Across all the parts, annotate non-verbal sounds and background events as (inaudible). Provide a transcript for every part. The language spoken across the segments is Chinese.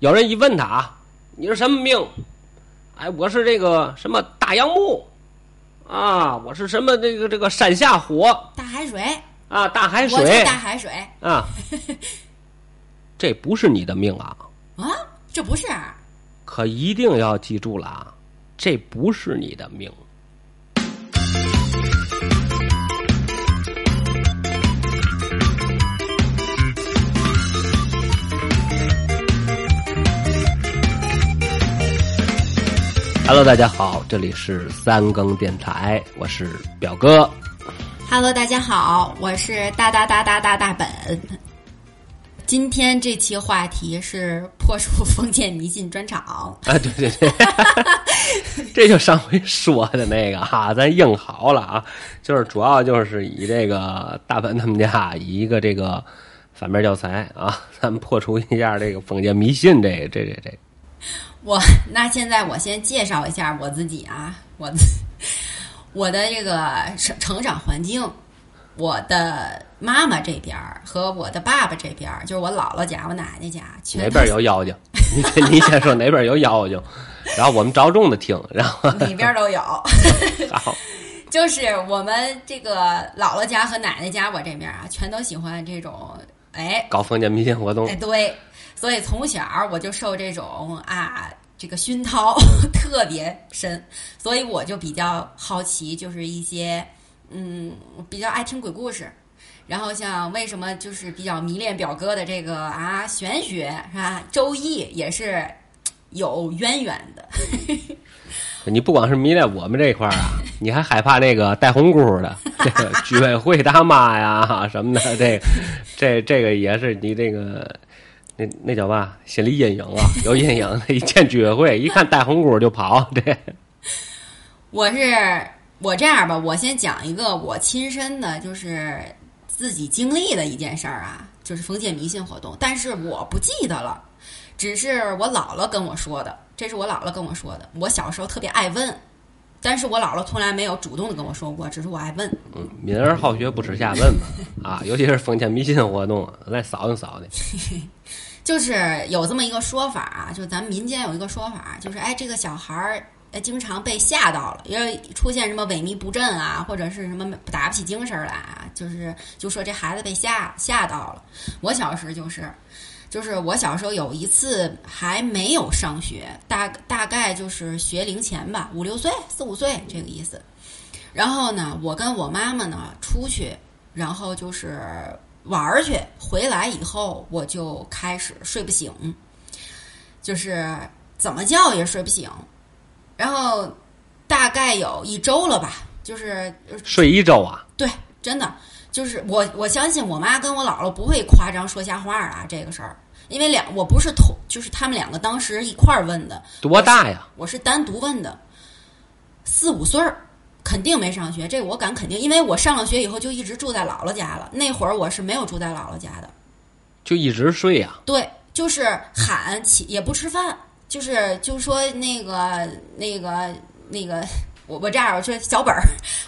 有人一问他啊，你是什么病？哎，我是这个什么大洋木，啊，我是什么这个这个山下火大海水，啊，大海我就水大海水啊， (laughs) 这不是你的命啊，啊，这不是啊可一定要记住了啊，这不是你的命。Hello，大家好，这里是三更电台，我是表哥。 ！Hello，大家好，我是大大大大大大本。今天这期话题是破除封建迷信专场，啊，对对 (laughs) 对，这就上回说的那个哈、咱硬嚎了啊，就是主要就是以这个大本他们家以一个这个反面教材啊，咱们破除一下这个封建迷信这这这这，我那现在我先介绍一下我自己啊，我自我的这个成成长环境，我的妈妈这边儿和我的爸爸这边儿，就是我姥姥家、我奶奶家，哪全都边有妖精？ (laughs) 你先你先说哪边有妖精，然后我们着重的听，然后里边儿都有。好，就是我们这个姥姥家和奶奶家，我这边儿啊，全都喜欢这种哎搞封建迷信活动哎，对，所以从小我就受这种啊这个熏陶 (laughs) 特别深，所以我就比较好奇，就是一些嗯比较爱听鬼故事。然后像为什么就是比较迷恋表哥的这个啊玄学是吧？周易也是有渊源的。你不光是迷恋我们这块儿啊，你还害怕那个带红箍的，这 (laughs) 个居委会大妈呀什么的，这个、这、这个也是你这个那那叫嘛心理阴影啊，有阴影。一见居委会，一看带红箍就跑，这我是我这样吧，我先讲一个我亲身的，就是自己经历的一件事儿啊，就是封建迷信活动，但是我不记得了，只是我姥姥跟我说的，这是我姥姥跟我说的。我小时候特别爱问，但是我姥姥从来没有主动的跟我说过，只是我爱问。嗯，敏而好学，不耻下问嘛啊，尤其是封建迷信活动，啊来扫听扫听。就是有这么一个说法啊，就咱们民间有一个说法，就是哎，这个小孩儿呃经常被吓到了，因为出现什么萎靡不振啊，或者是什么打不起精神来啊，就是就说这孩子被吓吓到了。我小时候就是。就是我小时候有一次还没有上学，大大概就是学龄前吧，五六岁、四五岁这个意思。然后呢，我跟我妈妈呢出去，然后就是玩儿去，回来以后我就开始睡不醒，就是怎么叫也睡不醒，然后大概有一周了吧，就是睡一周啊，对，真的就是我，我相信我妈跟我姥姥不会夸张说瞎话啊，这个事儿，因为两我不是同，就是他们两个当时一块儿问的，多大呀？我是单独问的，四五岁儿肯定没上学，这我敢肯定，因为我上了学以后就一直住在姥姥家了，那会儿我是没有住在姥姥家的，就一直睡啊呀、对，就是喊起也不吃饭，就是就说那个那个那个，我我这样我说小本儿，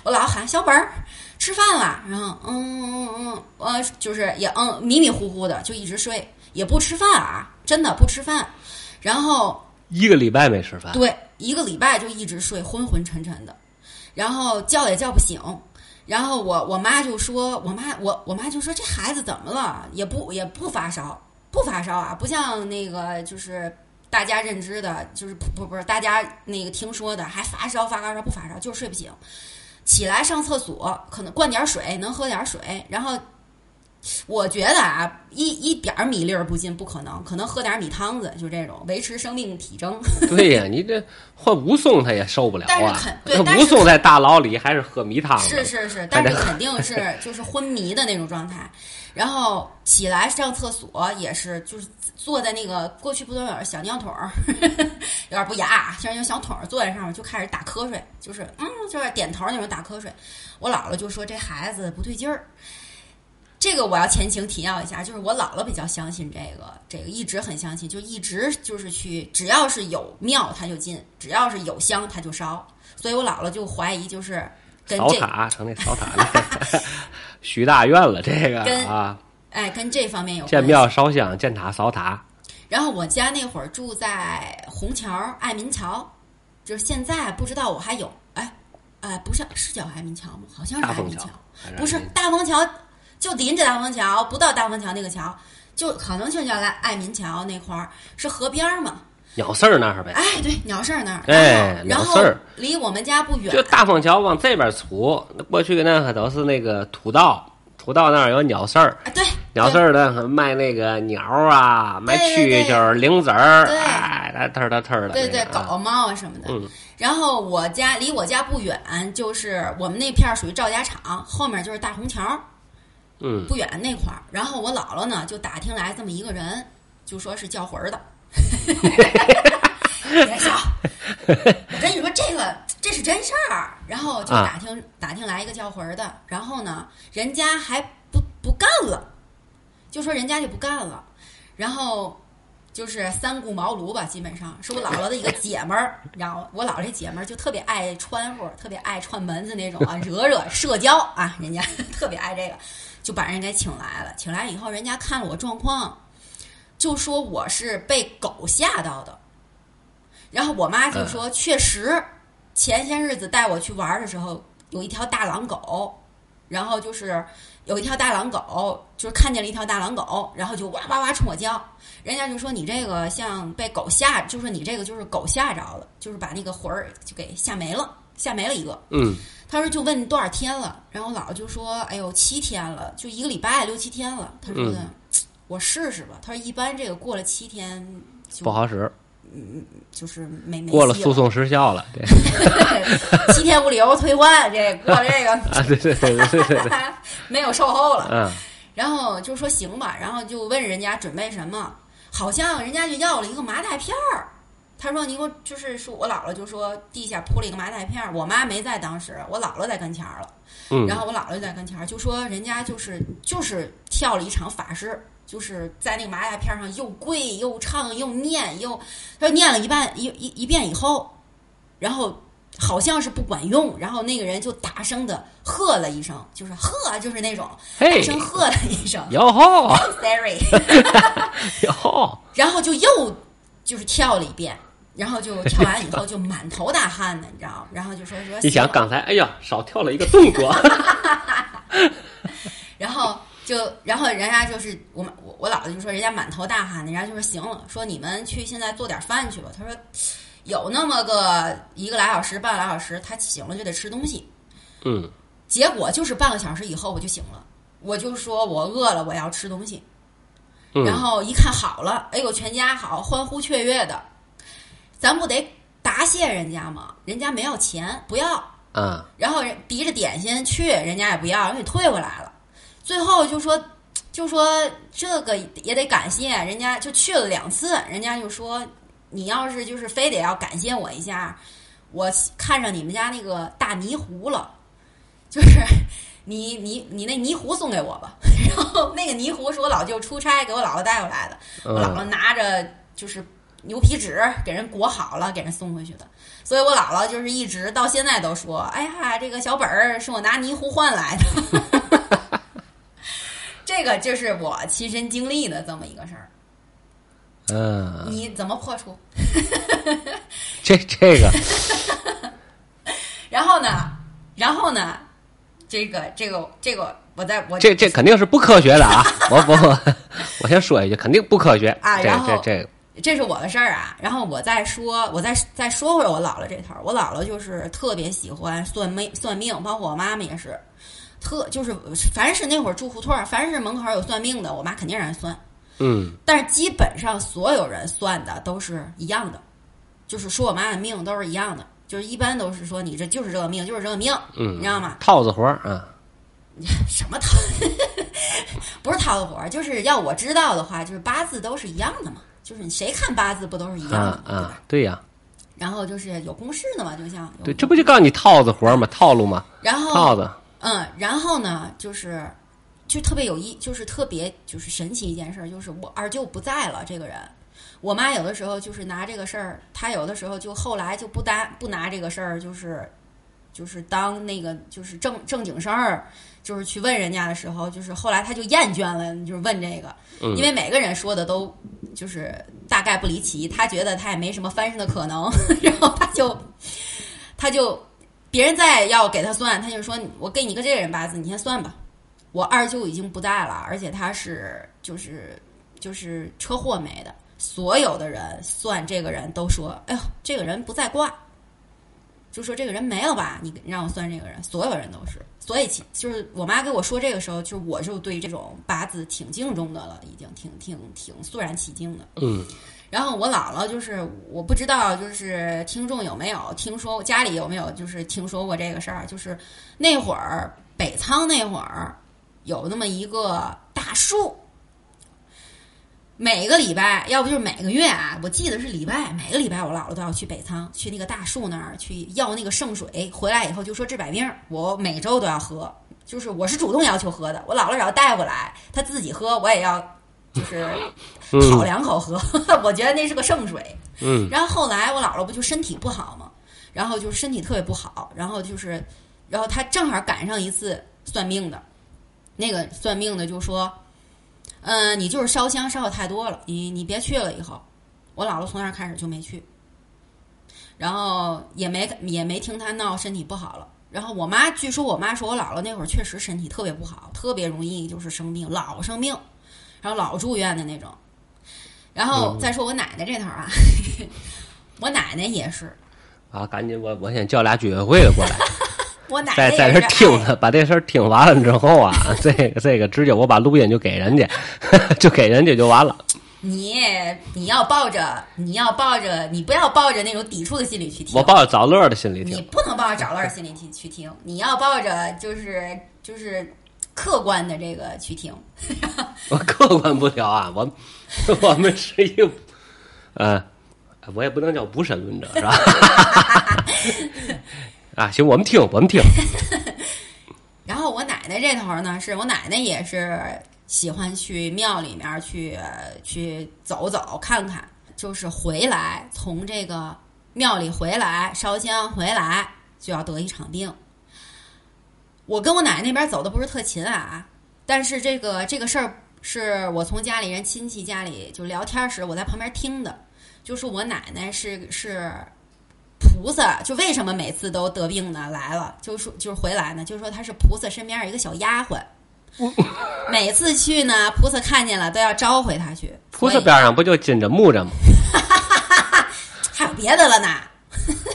我老喊小本儿吃饭啦，然后嗯嗯嗯嗯，我、就是也嗯迷迷糊糊的就一直睡，也不吃饭啊，真的不吃饭，然后一个礼拜没吃饭，对，一个礼拜就一直睡，昏昏沉沉的，然后叫也叫不醒。然后我我妈就说，我妈我我妈就说这孩子怎么了？也不也不发烧，不发烧啊，不像那个就是大家认知的，就是不不不是大家那个听说的，还发烧发高烧不发烧，就是睡不醒。起来上厕所，可能灌点水，能喝点水。然后我觉得啊，一一点儿米粒儿不进不可能，可能喝点米汤子，就这种维持生命体征。对呀、你这换武松他也受不了但是啊肯。对那但武是松在大牢里还是喝米汤啊的是是是，大但家是肯定是就是昏迷的那种状态，然后起来上厕所也是就是坐在那个过去不都有小尿桶儿， (laughs) 有点不雅，像一个小桶儿坐在上面就开始打瞌睡，就是嗯就是点头那种打瞌睡。我姥姥就说这孩子不对劲儿。这个我要前情提要一下，就是我姥姥比较相信这个，这个一直很相信，就一直就是去，只要是有庙她就进，只要是有香她就烧，所以我姥姥就怀疑就是跟扫这塔成那扫塔那许大愿了，这个跟啊，哎，跟这方面有建关系。庙烧香，建塔扫塔，然后我家那会儿住在虹桥爱民桥，就是现在不知道我还有哎哎，不是是叫爱民桥吗？好像是大爱凤民桥桥，还不是爱民大枫桥，就临着大枫桥，不到大枫桥那个桥，就可能就叫爱爱民桥那块儿是河边儿嘛。鸟市儿那儿呗，哎，对，鸟市儿那儿，哎然鸟后市然儿后离我们家不远就，大凤桥往这边出，那过去那可都是那个土道，土道那儿有鸟市儿，啊，对，鸟市儿呢可卖那个鸟啊，卖对对蛐对蛐儿、铃子儿，对哎，那特儿特儿的，对对那，个啊狗猫啊什么的。嗯然后我家离我家不远，就是我们那片儿属于赵家场，后面就是大虹桥嗯，不远那块儿。然后我姥姥呢就打听来这么一个人，就说是叫魂儿的。别笑，我跟你说这个这是真事儿。然后就打听、打听来一个叫魂儿的，然后呢，人家还不不干了，就说人家就不干了，然后。就是三顾茅庐吧，基本上是我姥姥的一个姐们儿，然后我姥姥这姐们儿就特别爱穿乎，特别爱串门子那种啊，惹惹社交啊，人家特别爱这个，就把人给请来了。请来以后，人家看了我状况，就说我是被狗吓到的。然后我妈就说，确实，前些日子带我去玩儿的时候，有一条大狼狗，然后就是有一条大狼狗，就是看见了一条大狼狗，然后就哇哇哇冲我叫，人家就说你这个像被狗吓，就说你这个就是狗吓着了，就是把那个魂儿就给吓没了，吓没了一个。嗯，他说就问多少天了，然后我姥姥就说，哎呦七天了，就一个礼拜六七天了。他说嗯的，我试试吧。他说一般这个过了七天就不好使，就是没没过了戏诉讼时效了，这七天无理由退换，这过了这个啊，对对对对对对， (laughs) 没有售后了。 (laughs) 嗯，然后就说行吧，然后就问人家准备什么，好像人家就要了一个麻袋片儿。他说：“你给我就是说，我姥姥就说地下铺了一个麻袋片儿，我妈没在当时，我姥姥在跟前儿了。嗯然后我姥姥就在跟前儿就说，人家就是就是跳了一场法师，就是在那个麻袋片儿上又跪又唱又念又，他说念了一半一一一遍以后，然后好像是不管用，然后那个人就大声的喝了一声，就是喝啊就是那种大嘿，声喝了一声哟吼，sorry， (laughs) 哟吼，然后就又就是跳了一遍。然后就跳完以后就满头大汗的，你知道吗？然后就说说你想刚才，哎呀，少跳了一个动作，然后就，然后人家就是我们我我姥姥就说人家满头大汗，人家就说行了，说你们去现在做点饭去吧。他说有那么个一个来小时半个来小时，他醒了就得吃东西。 (laughs) 嗯，结果就是半个小时以后我就醒了，我就说我饿了，我要吃东西。嗯然后一看好了，哎呦，全家好，欢呼雀跃的，咱不得答谢人家吗？人家没要钱，不要。啊，然后人提着点心去，人家也不要，人给退回来了。最后就说，就说这个也得感谢人家，就去了两次，人家就说你要是就是非得要感谢我一下，我看上你们家那个大泥壶了， (laughs) 就是你你你那泥壶送给我吧。 (laughs) 然后那个泥壶是我老舅出差给我姥姥带回来的，我姥姥嗯，拿着就是牛皮纸给人裹好了，给人送回去的。所以我姥姥就是一直到现在都说：“哎呀，这个小本儿是我拿泥糊换来的。” (laughs) 这个就是我亲身经历的这么一个事儿。嗯，你怎么破除？这这个，然后呢？然后呢？这个这个这个，我在我这这肯定是不科学的啊！ (laughs) 我我我先说一句，肯定不科学。啊这然后这这个，这是我的事儿啊。然后我再说，我再再说回我姥姥这头儿，我姥姥就是特别喜欢算命，算命，包括我妈妈也是，特就是凡是那会儿住胡同儿，凡是门口儿有算命的，我妈肯定让人算。嗯但是基本上所有人算的都是一样的，就是说我妈的命都是一样的，就是一般都是说你这就是这个命，就是这个命，嗯，你知道吗？套子活儿啊，什么套， (laughs) 不是套路活儿，就是要我知道的话，就是八字都是一样的嘛，就是你谁看八字不都是一样啊的嘛，对吧？啊，对呀，然后就是有公式的嘛，就像有对，这不就告诉你套子活儿吗？套路吗？然后套子，嗯，然后呢，就是就特别有意，就是特别就是神奇一件事儿，就是我二舅不在了，这个人，我妈有的时候就是拿这个事儿，她有的时候就后来就不搭不拿这个事儿，就是就是当那个就是正正经事儿，就是去问人家的时候，就是后来她就厌倦了，就是问这个，因为每个人说的都就是大概不离奇，他觉得他也没什么翻身的可能， (laughs) 然后他就他就别人再要给他算，他就说我给你个这个人八字，你先算吧。我二舅已经不在了，而且他是就是就是车祸没的，所有的人算这个人都说，哎呦，这个人不在卦。就说这个人没了吧，你让我算这个人，所有人都是，所以其就是我妈给我说这个时候，就我就对这种八字挺敬重的了，已经挺挺挺肃然起敬的。嗯，然后我姥姥就是我不知道，就是听众有没有听说家里有没有就是听说过这个事儿，就是那会儿北仓那会儿有那么一个大树。每个礼拜，要不就是每个月啊，我记得是礼拜，每个礼拜我姥姥都要去北仓，去那个大树那儿去要那个圣水，回来以后就说治百病，我每周都要喝，就是我是主动要求喝的，我姥姥只要带过来，她自己喝，我也要就是嗯讨两口喝， (laughs) 我觉得那是个圣水。嗯，然后后来我姥姥不就身体不好嘛，然后就是身体特别不好，然后就是，然后她正好赶上一次算命的，那个算命的就说，嗯、你就是烧香烧的太多了，你你别去了。以后我姥姥从那儿开始就没去，然后也没也没听她闹身体不好了。然后我妈，据说我妈说我姥姥那会儿确实身体特别不好，特别容易就是生病，老生病，然后老住院的那种。然嗯后再说我奶奶这头啊， (laughs) 我奶奶也是，啊，赶紧我我先叫俩居委会的过 (laughs) 来，我奶在奶也在这儿是听哎着，把这事儿听完了之后啊，这个这个直接我把录音就给人家， (laughs) 就给人家就完了。你你要抱着，你要抱着，你不要抱着那种抵触的心理去听。我抱着找乐儿的心里你听，不能抱着找乐儿心理去去听，你要抱着就是就是客观的这个去听。 (laughs) 我客观不了啊，我我们是一个，呃，我也不能叫无神论者是吧？ (laughs) 啊，行，我们听，我们听，然后我奶奶这头呢，是我奶奶也是喜欢去庙里面去呃去走走看看，就是回来从这个庙里回来烧香回来就要得一场病。我跟我奶奶那边走的不是特勤啊，但是这个这个事儿是我从家里人亲戚家里就聊天时我在旁边听的，就是我奶奶是是菩萨就为什么每次都得病呢？来了就说就是回来呢，就说她是菩萨身边有一个小丫鬟，每次去呢，菩萨看见了都要招回她去。 (laughs) 菩萨所以边上不就金着木着吗？还有别的了呢？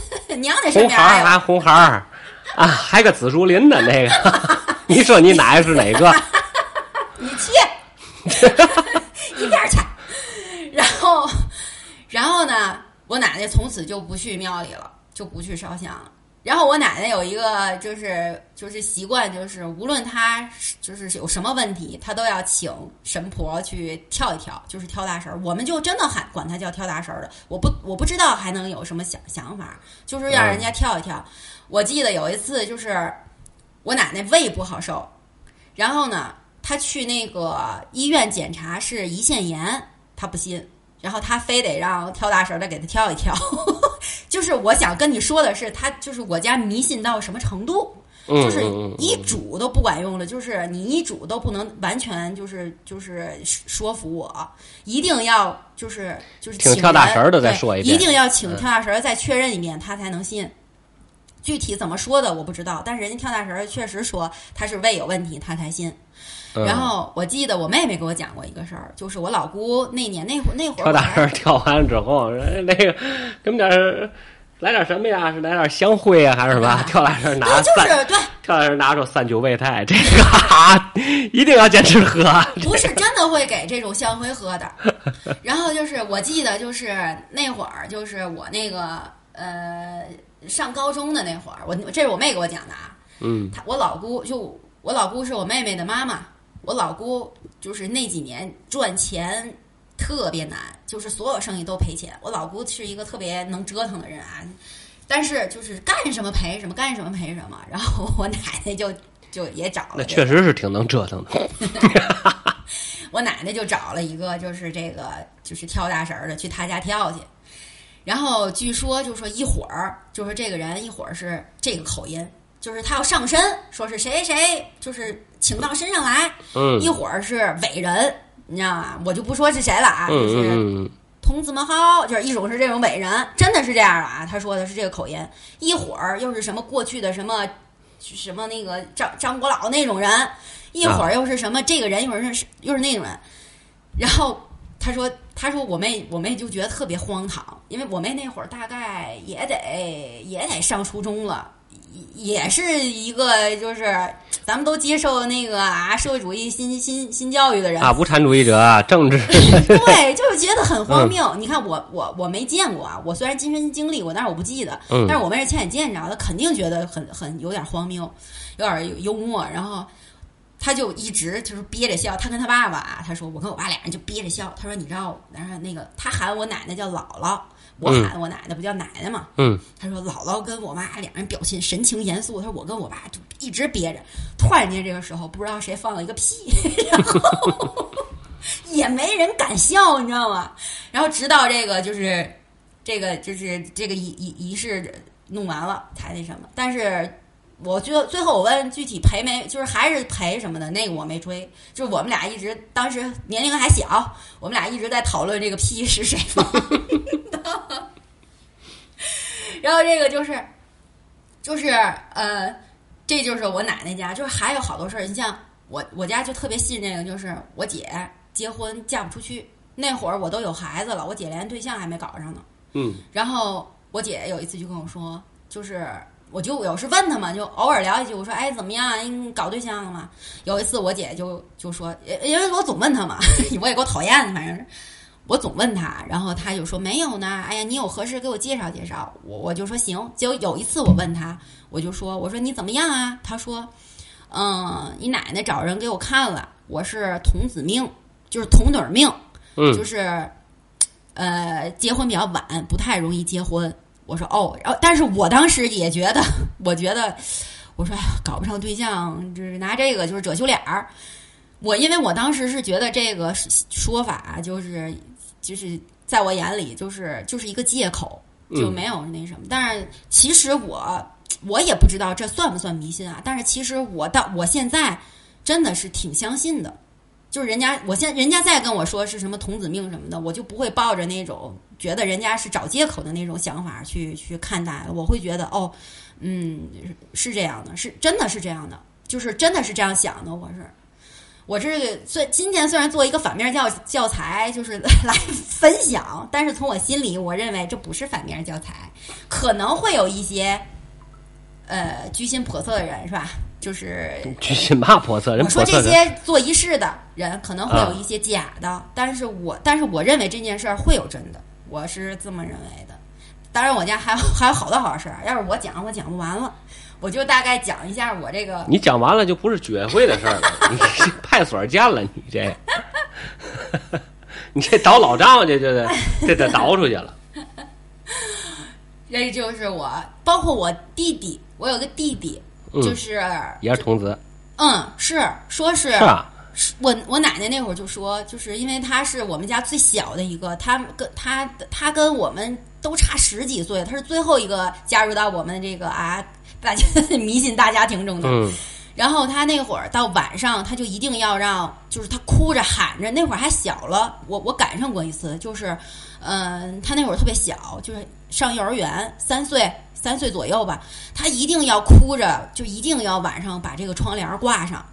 (laughs) 哎娘在身红边孩儿还有啊，红孩儿啊，还个紫竹林的那个， (laughs) 你说你哪个是哪个？你去， (laughs) 一边儿去。然后，然后呢，我奶奶从此就不去庙里了，就不去烧香了。然后我奶奶有一个就是就是习惯，就是无论她是就是有什么问题，她都要请神婆去跳一跳，就是跳大神儿。我们就真的喊管她叫跳大神儿的，我不我不知道还能有什么想想法，就是让人家跳一跳。我记得有一次就是我奶奶胃不好受，然后呢，她去那个医院检查是胰腺炎，她不信，然后她非得让跳大神儿的给她跳一跳。 (laughs) 就是我想跟你说的是，她就是我家迷信到什么程度，嗯就是嗯嗯医嘱都不管用了，就是你医嘱都不能完全就是就是说服我，一定要就是就是挺请跳大人神儿的再对说一一遍定要请跳大神儿再确认一遍，她才能信。具体怎么说的我不知道，但是人家跳大神儿确实说他是胃有问题，他才信。嗯。然后我记得我妹妹给我讲过一个事儿，就是我老姑那年那会儿那跳会儿我大还神跳完了之后，人那个给我们点儿来点什么呀？是来点香灰啊，还是什么啊？跳大神拿对，就三，是对，跳大神拿出三九味泰， (laughs) 这个啊，一定要坚持喝。啊不是真的会给这种香灰喝 (laughs) 的。然后就是我记得就是那会儿就是我那个呃上高中的那会儿，我这是我妹给我讲的啊，嗯她我老姑就我老姑是我妹妹的妈妈，我老姑就是那几年赚钱。特别难，就是所有生意都赔钱。我老姑是一个特别能折腾的人啊，但是就是干什么赔什么，干什么赔什么。然后我奶奶就就也找了这个， (laughs) 那确实是挺能折腾的。我奶奶就找了一个，就是这个就是跳大神儿的，去她家跳去。然后据说就说一会儿，就说这个人一会儿是这个口音，就是他要上身，说是谁谁谁，就是请到身上来；嗯一会儿是伟人，你知道吗？我就不说是谁了啊，就嗯是嗯嗯童子们好，就是一种是这种伟人，真的是这样的啊。他说的是这个口音，一会儿又是什么过去的什么什么那个张张国老那种人，一会儿又是什么这个人，一会儿是又是那种人。然后他说，他说我妹我妹就觉得特别荒唐，因为我妹那会儿大概也得也得上初中了。也也是一个，就是咱们都接受那个啊社会主义新新新教育的人啊，无产主义者啊，政 (laughs) 治对，就是觉得很荒谬。你看我我我没见过啊，我虽然亲身经历过，但是我不记得。嗯但是我妹是亲眼见着的，肯定觉得很很有点荒谬，有点幽默。然后他就一直就是憋着笑。他跟他爸爸啊，他说我跟我爸俩人就憋着笑。他说你知道，然后那个他喊我奶奶叫姥姥，我喊我奶奶不叫奶奶嘛。嗯，他说姥姥跟我妈两人表情神情严肃。他说我跟我爸就一直憋着，突然间这个时候不知道谁放了一个屁， (laughs) 然后也没人敢笑，你知道吗？然后直到这个就是这个就是这个仪仪仪式弄完了才那什么，但是。我觉得最后我问具体赔没，就是还是赔什么的，那个我没追。就是我们俩一直当时年龄还小，我们俩一直在讨论这个屁是谁放的。 (laughs) 然后这个就是就是呃，这就是我奶奶家，就是还有好多事儿。你像我我家就特别信这个，就是我姐结婚嫁不出去，那会儿我都有孩子了，我姐连对象还没搞上呢。 (laughs) 嗯然后我姐有一次就跟我说，就是我就有时问她嘛，就偶尔聊一句，我说哎怎么样，你搞对象了吗？有一次我姐就就说，因因为我总问她嘛， (laughs) 我也够讨厌的，反正是。我总问她，然后她就说没有呢。哎呀，你有合适给我介绍介绍。我我就说行。结果有一次我问她，我就说我说你怎么样啊？她说，嗯，你奶奶找人给我看了，我是童子命，就是童女儿命。嗯就是呃，结婚比较晚，不太容易结婚。我说哦，然后但是我当时也觉得，我觉得我说哎呀，搞不上对象，就是拿这个就是遮羞脸儿。我因为我当时是觉得这个说法啊就是就是在我眼里就是就是一个借口，就嗯没有那什么。但是其实我我也不知道这算不算迷信啊。但是其实我到我现在真的是挺相信的，就是人家我现人家再跟我说是什么童子命什么的，我就不会抱着那种觉得人家是找借口的那种想法去去看待了。我会觉得哦，嗯，是是这样的，是真的是这样的，就是真的是这样想的。我是我这个虽今天虽然做一个反面教教材，就是来 (laughs) 分享，但是从我心里，我认为这不是反面教材，可能会有一些呃居心叵测的人是吧？就是居心嘛叵测，人我说叵测这人些做仪式的人可能会有一些假的，但是我但是我认为这件事儿会有真的，我是这么认为的。当然，我家还有还有好多好事儿，要是我讲我讲不完了，我就大概讲一下我这个你讲完了就不是居委会的事儿了， (laughs) 你是派出所见了，你这， (laughs) 你这倒老丈去， (laughs) 这得这得倒出去了。这就是我，包括我弟弟，我有个弟弟，嗯就是也是童子，嗯是说是啊是吧？是我我奶奶那会儿就说，就是因为她是我们家最小的一个，她跟她她跟我们都差十几岁，她是最后一个加入到我们这个啊大家 (laughs) 迷信大家庭中的。嗯然后她那会儿到晚上，她就一定要让，就是她哭着喊着，那会儿还小了，我我赶上过一次，就是，嗯、她那会儿特别小，就是上幼儿园，三岁三岁左右吧，她一定要哭着，就一定要晚上把这个窗帘儿挂上。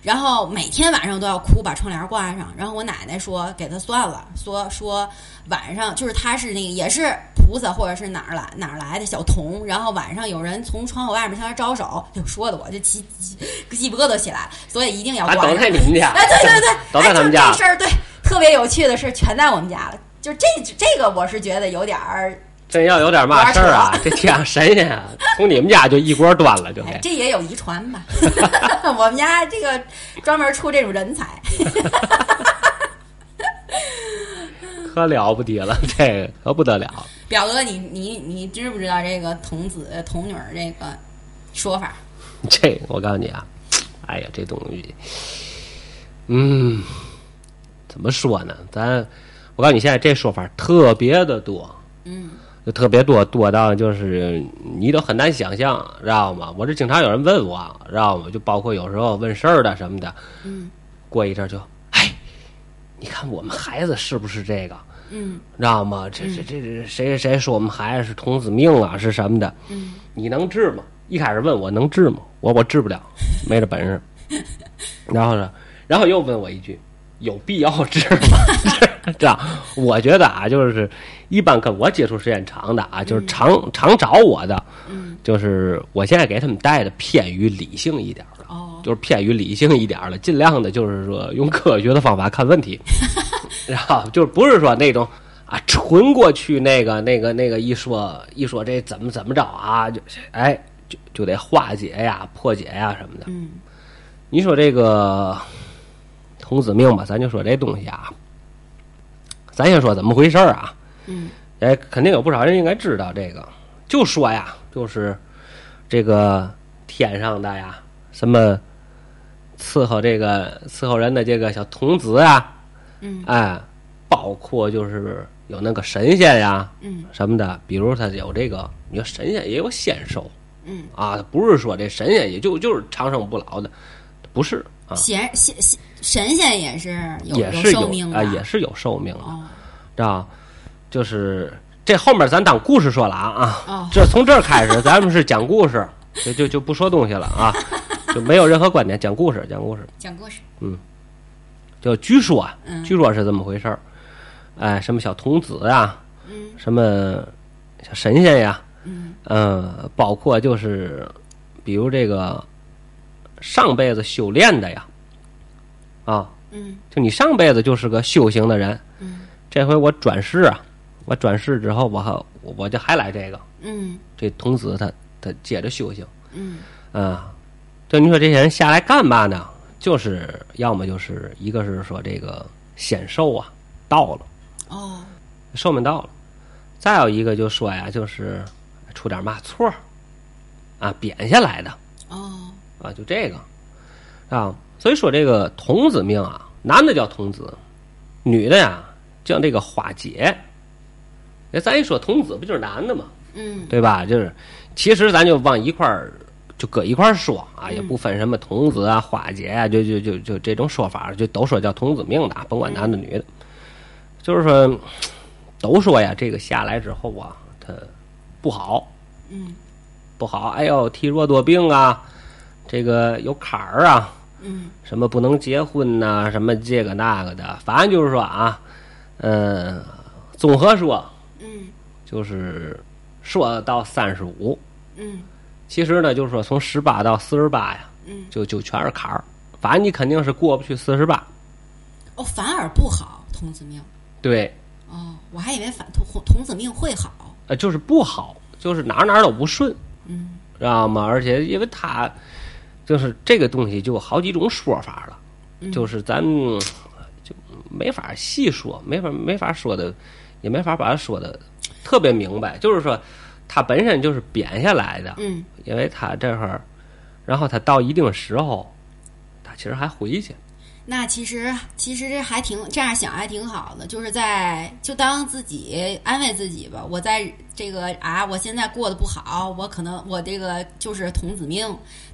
然后每天晚上都要哭，把窗帘挂上。然后我奶奶说给她算了，说说晚上就是她是那个也是菩萨或者是哪儿来哪儿来的小童，然后晚上有人从窗户外面向她招手，就说的我就鸡鸡鸡皮疙瘩起来，所以一定要还挂都上。啊在你们家， (laughs) 哎，对对对， (laughs) 都在他们哎家就这，事儿对特别有趣的事儿全在我们家了。就这这个我是觉得有点儿真要有点嘛事儿啊，这天上神仙啊，从你们家就一锅端了，就哎得，。这也有遗传 (laughs) 吧？ (laughs) 我们家这个专门出这种人才。可了不得了，这个可不得了。表哥，你你你知不知道这个童子童女儿这个说法？这个我告诉你啊，哎呀，这东西，嗯，怎么说呢？咱我告诉你，现在这说法特别的多，嗯，就特别多，多到就是你都很难想象，知道吗？我这经常有人问我，知道吗？就包括有时候问事儿的什么的，嗯，过一阵儿就，哎，你看我们孩子是不是这个？嗯知道吗？这这这这谁谁谁说我们孩子是童子命啊，是什么的？嗯，你能治吗？一开始问我能治吗？我我治不了，没这本事。然后呢，然后又问我一句，有必要治吗？ (laughs) 这样，我觉得啊，就是一般跟我接触时间长的啊，就是常常找我的，就是我现在给他们带的偏于理性一点儿了，哦，就是偏于理性一点儿了，尽量的就是说用科学的方法看问题，然后就是不是说那种啊纯过去那个那个那个一说一说这怎么怎么着啊，就哎就就得化解呀、破解呀什么的。嗯你说这个童子命吧，咱就说这东西啊，咱先说怎么回事儿啊。嗯哎，肯定有不少人应该知道这个。就说呀，就是这个天上的呀，什么伺候这个伺候人的这个小童子啊，嗯哎，包括就是有那个神仙呀嗯什么的，比如他有这个，你说神仙也有仙寿嗯，啊，不是说这神仙也就就是长生不老的，不是啊，贤贤贤神仙也是有也有是寿有命啊，的，也是有寿命的。哦知道，就是这后面咱当故事说了啊哦啊，这从这儿开始咱们是讲故事，就就就不说东西了啊，就没有任何观点，讲故事讲故事。讲故事，就据说啊嗯，据说是这么回事儿，哎，什么小童子呀，嗯什么小神仙呀，嗯嗯，包括就是比如这个上辈子修炼的呀，啊，嗯就你上辈子就是个修行的人，嗯这回我转世啊，我转世之后我还我我就还来这个，嗯这童子他他接着修行嗯啊。就你说这些人下来干嘛呢？就是要么就是一个是说这个显寿啊到了，哦寿命到了；再有一个就说呀，就是出点嘛错儿啊，贬下来的哦啊，就这个啊。所以说这个童子命啊，男的叫童子，女的呀叫这个花姐。那咱一说童子，不就是男的吗？嗯对吧？就是其实咱就往一块儿就搁一块儿说啊，也不分什么童子啊、花姐啊，就就就就这种说法，就都说叫童子命的啊，甭管男的女的，就是说都说呀，这个下来之后啊，他不好嗯不好，哎呦，体弱多病啊，这个有坎儿啊，嗯什么不能结婚呐、什么这个那个的，反正就是说啊，嗯，综合说嗯就是说到三十五。嗯其实呢，就是说从十八到四十八呀，嗯，就就全是坎儿，反正你肯定是过不去四十八。哦，反而不好，童子命。对，哦，我还以为反童童子命会好。呃，就是不好，就是哪儿哪儿都不顺，嗯知道吗？而且因为它就是这个东西，就有好几种说法了，嗯就是咱们就没法细说，没法没法说的，也没法把它说的特别明白。就是说，它本身就是贬下来的，嗯因为它这会儿，然后它到一定时候，它其实还回去。那其实其实这还挺这样想还挺好的，就是在就当自己安慰自己吧。我在这个啊，我现在过得不好，我可能我这个就是童子命，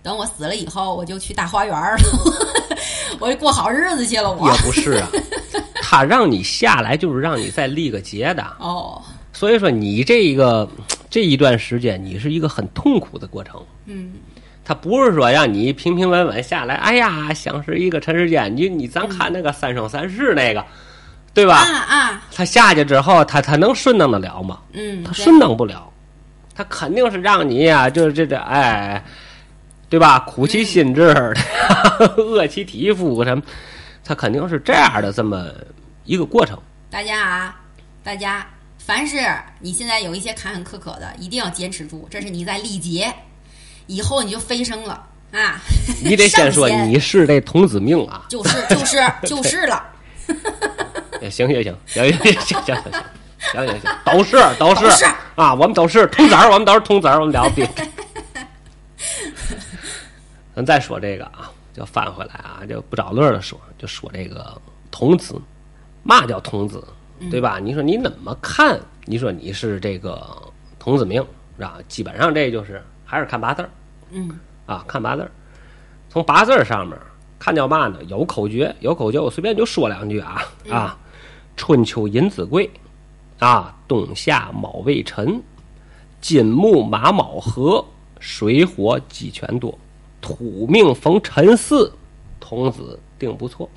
等我死了以后，我就去大花园儿了， (laughs) 我就过好日子去了。我也不是啊，他让你下来就是让你再立个节的，哦，所以说你这一个这一段时间，你是一个很痛苦的过程。嗯他不是说让你平平稳稳下来，哎呀，想是一个尘世间，你你咱看那个三生三世那个，对嗯啊吧？啊他下去之后，他他能顺当的了吗？嗯，他对顺当不了，他肯定是让你呀、就是这这哎，对吧？苦嗯其心志， (laughs) 饿其体肤，什么，他肯定是这样的这么一个 (laughs) 过程。大家啊，大家，凡是你现在有一些坎坎坷坷的，一定要坚持住，这是你在历劫，以后你就飞升了啊！你得先说上仙你是这童子命啊！ (laughs) 就是就是就是了，行行行行行行行行行行行行，都是都都是是啊，我们都是童子儿，我们都是童子儿，我们聊别。咱再说这个啊，就翻回来啊，就不找乐的说，就说这个童子，嘛叫童子，对吧？你说你怎么看？你说你是这个童子命，是吧？基本上这就是还是看八字儿嗯啊，看八字儿，从八字儿上面看叫嘛呢？有口诀，有口诀，我随便就说两句啊啊！春秋引子贵，啊，冬夏卯未辰，金木马卯合，水火鸡犬多，土命逢辰巳，童子定不错。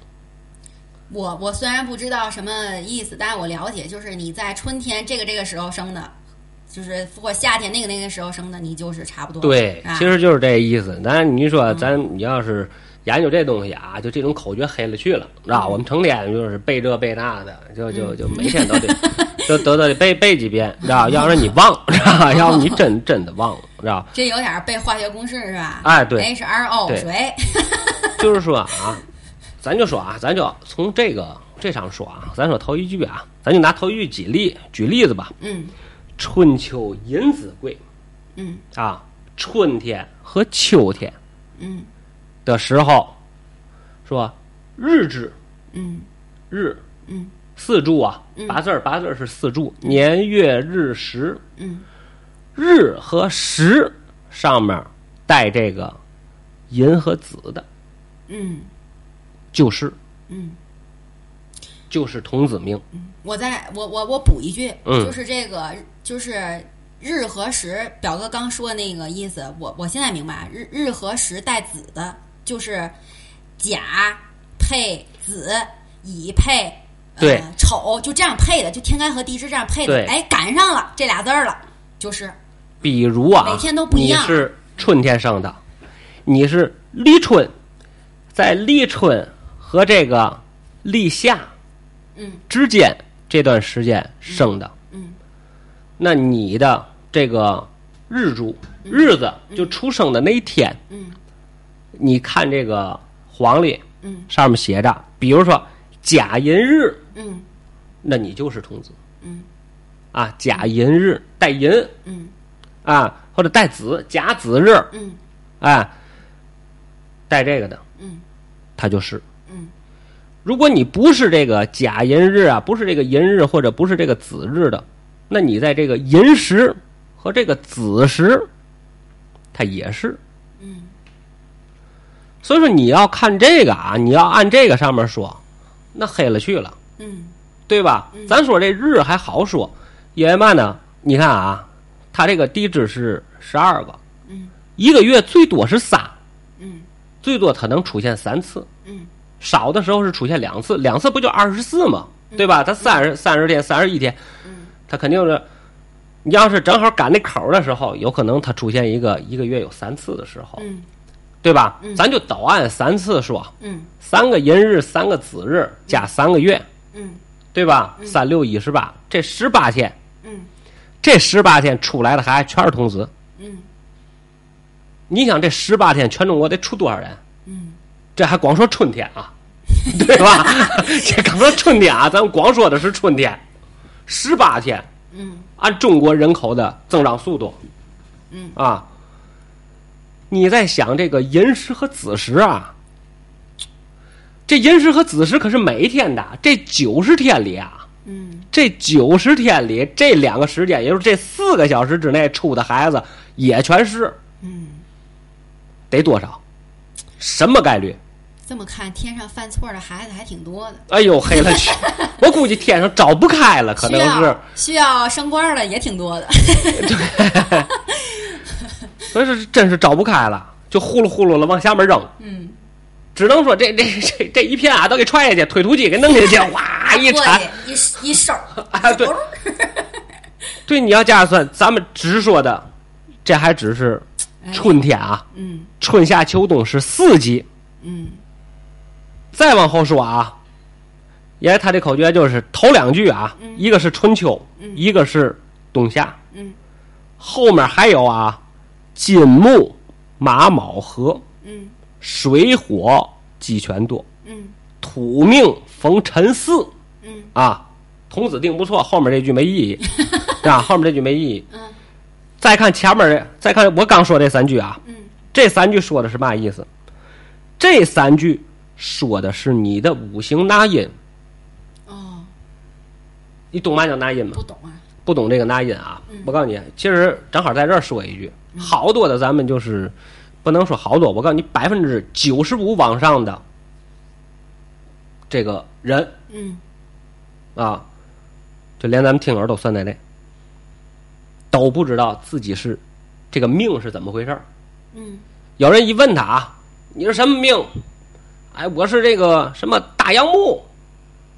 我我虽然不知道什么意思，但是我了解，就是你在春天这个这个时候生的，就是或夏天那个那个时候生的，你就是差不多。对是吧，其实就是这意思。咱你说，咱你要是研究这东西啊，就这种口诀黑了去了，是吧？我们成天就是背这背那的，就就就每天都得都都得背背几遍，知道？要不然你忘，知道？要不你真真的忘了，知道？这有点背化学公式是吧？哎对，H 2 O 对水，就是说啊，咱就说啊，咱就从这个这上说啊，咱说头一句啊，咱就拿头一句举例举例子吧，嗯春秋引子贵嗯啊，春天和秋天嗯的时候，说日支嗯日，嗯，四柱啊，八字儿八字儿是四柱，年月日时，嗯，日和时上面带这个寅和子的，嗯就是嗯。就是童子命，我在我我我补一句，嗯就是这个就是日和时，表哥刚说那个意思，我我现在明白，日日和时带子的，就是甲配子，乙配。呃对丑就这样配的，就天干和地支这样配对，的哎，赶上了这俩字儿了，就是比如啊，每天都不一样你是春天生的，你是立春，在立春和这个立夏嗯之间这段时间生的，嗯那你的这个日柱日子就出生的那一天，嗯你看这个黄历嗯上面写着，比如说甲寅日，嗯那你就是童子嗯啊，甲寅日带寅嗯啊，或者带子甲子日，嗯哎，带这个的，嗯，他就是，嗯。如果你不是这个甲寅日啊，不是这个寅日或者不是这个子日的，那你在这个寅时和这个子时，它也是。嗯。所以说你要看这个啊，你要按这个上面说，那黑了去了。嗯对吧？咱说这日还好说，因为嘛呢？你看啊，它这个地支是十二个，嗯一个月最多是仨，嗯最多它能出现三次，嗯少的时候是出现两次，两次不就二十四吗？对吧？它三十三十天、三十一天，嗯它肯定是，你要是正好赶那口儿的时候，有可能它出现一个一个月有三次的时候，嗯对吧？咱就都按三次说，嗯三个寅日、三个子日加三个月，嗯对吧？三六一十八，这十八天。嗯这十八天出来的孩子全是童子。嗯你想，这十八天全中国得出多少人？嗯，这还光说春天啊，对吧？ (laughs) 这刚说春天啊，咱们光说的是春天，十八天，嗯，按中国人口的增长速度，嗯啊，你在想这个寅时和子时啊，这寅时和子时可是每一天的，这九十天里啊，嗯这九十天里，这两个时间，也就是这四个小时之内出的孩子，也全是，嗯。得多少？什么概率？这么看，天上犯错的孩子还挺多的，哎呦，黑了 (laughs) 去！我估计天上找不开了，可需能是要。需要升官的也挺多的。所以说，真是找不开了，就呼噜呼噜了往下面扔。嗯，只能说这这这这一片啊，都给踹下去，推土机给弄下去， (laughs) 哇一过铲。去一一手，啊，对，对，你要这样算，咱们直说的，这还只是哎春天啊，嗯春夏秋冬是四季。嗯再往后说啊，因为他这口诀就是头两句啊，一个是春秋，一个是冬夏，嗯后面还有啊，金木马卯合，嗯水火鸡犬多，嗯土命逢辰巳嗯啊，童子定不错，后面这句没意 (laughs) 义，啊，后面这句没意义。嗯再看前面这，再看我刚说这三句啊，嗯这三句说的是嘛意思？这三句说的是你的五行纳音，哦，你懂嘛叫纳音吗？不懂啊。不懂这个纳音啊，我告诉你，其实正好在这儿说一句，好多的咱们就是不能说好多，我告诉你，百分之九十五往上的这个人嗯，啊，就连咱们听友都算在内，都不知道自己是这个命是怎么回事儿。嗯，有人一问他啊，你是什么命？哎，我是这个什么大洋木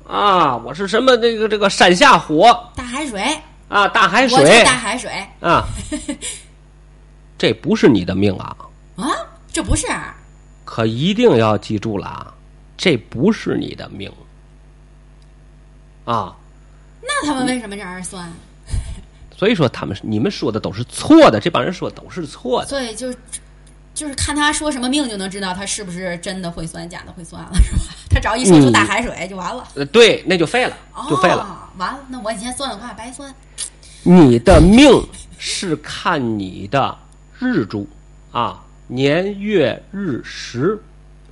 啊，我是什么这个这个山下火大海水，啊，大海我就水大海水啊， (laughs) 这不是你的命啊，啊，这不是啊可一定要记住了啊，这不是你的命啊。那他们为什么这样算？啊所以说，他们你们说的都是错的，这帮人说的都是错的。所以就就是看他说什么命就能知道他是不是真的会算，假的会算了，是吧？他只要一说出大海水就完了，呃，对，那就废了，嗯就废了。哦，完了，那我以前算的话白算。你的命是看你的日柱啊，年月日时，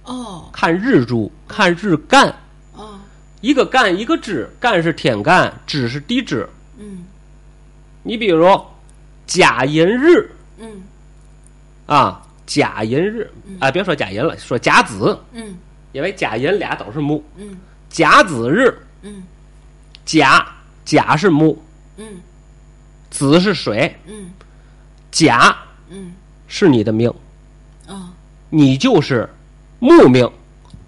哦看日柱，看日干，哦，一个干一个支，干是天干，支是地支。嗯你比如甲寅日嗯啊，甲寅日啊，别说甲寅了，说甲子，嗯因为甲寅俩都是木，嗯甲子日，嗯甲甲是木，嗯子是水，嗯甲嗯，是你的命，哦你就是木命。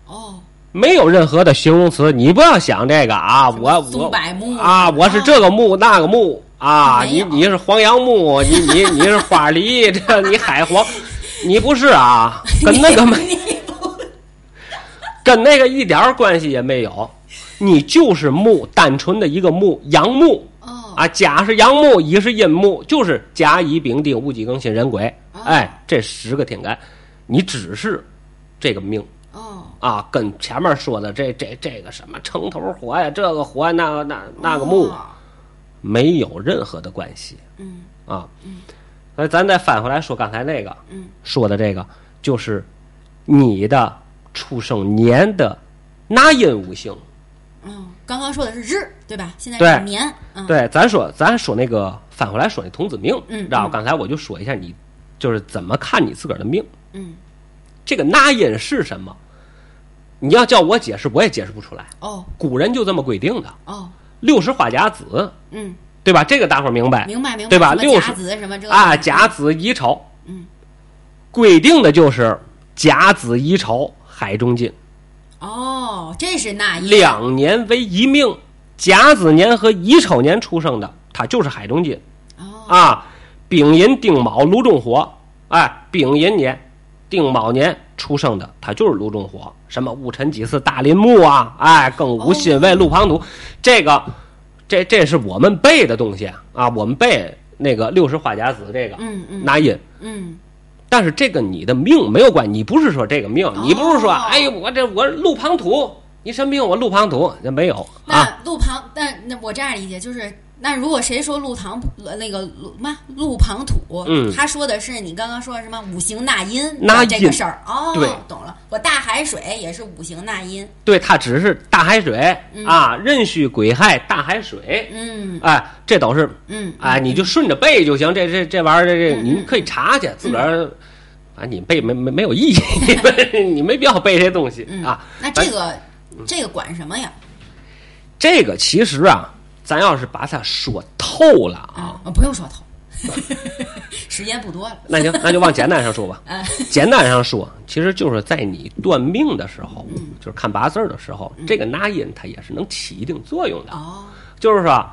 哦，没有任何的形容词，你不要想这个啊，什我么我松柏木啊，我是这个木那个木啊，没你有你是黄杨木，你你你是花 (laughs) 梨，这你海黄，你不是啊，跟那个没你不跟那个一点儿关系也没有，你就是木，单纯的一个木，阳木哦啊，甲是阳木，乙是阴木，就是甲乙丙丁戊己庚辛壬癸，哦哎，这十个天干，你只是这个命。哦啊，跟前面说的这这这个什么城头火呀，这个火呀，那个那那个木，哦没有任何的关系嗯啊。那咱再翻回来说刚才那个嗯说的这个，就是你的出生年的纳音五行。嗯，刚刚说的是日对吧？现在对是年，嗯对，咱说咱说那个翻回来说那童子命，嗯然后嗯刚才我就说一下你就是怎么看你自个儿的命。嗯这个纳音是什么？你要叫我解释，我也解释不出来。哦古人就这么规定的，哦六十花甲子，嗯，对吧？这个大伙儿明白明白明白，对吧什么甲60子什么这个啊？甲子乙丑，嗯，规定的就是甲子乙丑海中金，哦，这是那一两年为一命。甲子年和乙丑年出生的，他就是海中金哦啊。丙寅丁卯炉中火，哎，丙寅年、丁卯年出生的，他就是炉中火。什么戊辰己巳大林木啊，哎，庚午哦辛未路旁土，这个，这这是我们背的东西啊，我们背那个六十花甲子这个，嗯嗯拿引。嗯但是这个你的命没有关系，你不是说这个命，你不是说哦哎呦我这我路旁土，你什么病我路旁土，那没有啊，那路旁，那那我这样理解就是，那如果谁说路旁呃那个路嘛路旁土，嗯他说的是你刚刚说的什么五行纳音纳音这个事儿哦，对懂了。我大海水也是五行纳音，对，它只是大海水啊，壬戌癸亥大海水，嗯哎，这都是嗯哎，你就顺着背就行，这这这玩意儿，这这你可以查去，自个嗯儿啊，你背没没没有意义， (laughs) 你们你没必要背这东西嗯啊。那这个嗯这个管什么呀？这个其实啊，咱要是把它说透了啊，啊，不用说头， (laughs) 时间不多了。那行，那就往简单上说吧。嗯 (laughs) 简单上说，其实就是在你断命的时候，嗯就是看八字儿的时候，这个纳音它也是能起一定作用的。哦就是说，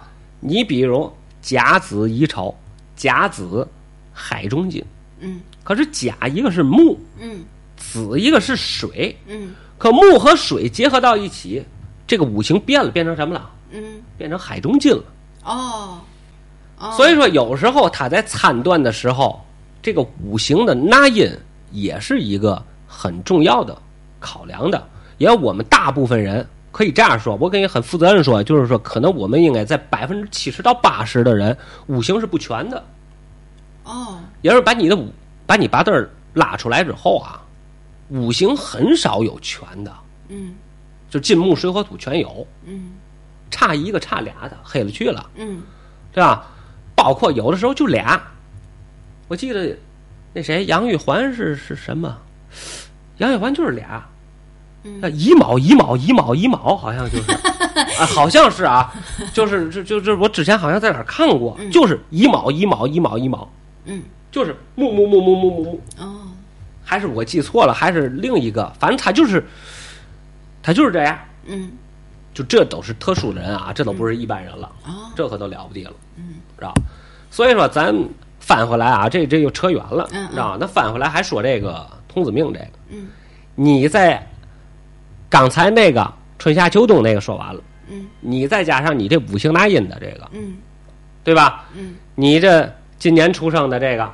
你比如甲子乙丑，甲子海中金，嗯可是甲一个是木，嗯子一个是水，嗯可木和水结合到一起，这个五行变了，变成什么了？嗯变成海中金了。哦哦，所以说，有时候他在参断的时候，这个五行的纳音也是一个很重要的考量的。因为我们大部分人可以这样说，我跟你很负责任说，就是说，可能我们应该在百分之七十到八十的人五行是不全的。哦也就是把你的五把你八字儿拉出来之后啊，五行很少有全的，嗯就金木水火土全有，嗯差一个差俩的黑了去了。嗯对吧？包括有的时候就俩。我记得那谁杨玉环是是什么？杨玉环就是俩，那乙卯乙卯乙卯乙卯好像就是啊，好像是啊，就是就就就我之前好像在哪儿看过，就是乙卯乙卯乙卯乙卯，嗯，就是木木木木木木木，哦，还是我记错了，还是另一个，反正他就是他就是这样，嗯，就这都是特殊人啊，这都不是一般人了。哦，这可都了不地了，嗯，知道吧？所以说咱翻回来啊，这这又扯远了，嗯嗯知道吧？那翻回来还说这个童子命这个，嗯，你在刚才那个春夏秋冬那个说完了，嗯你再加上你这五行纳音的这个，嗯对吧？嗯，你这今年出生的这个，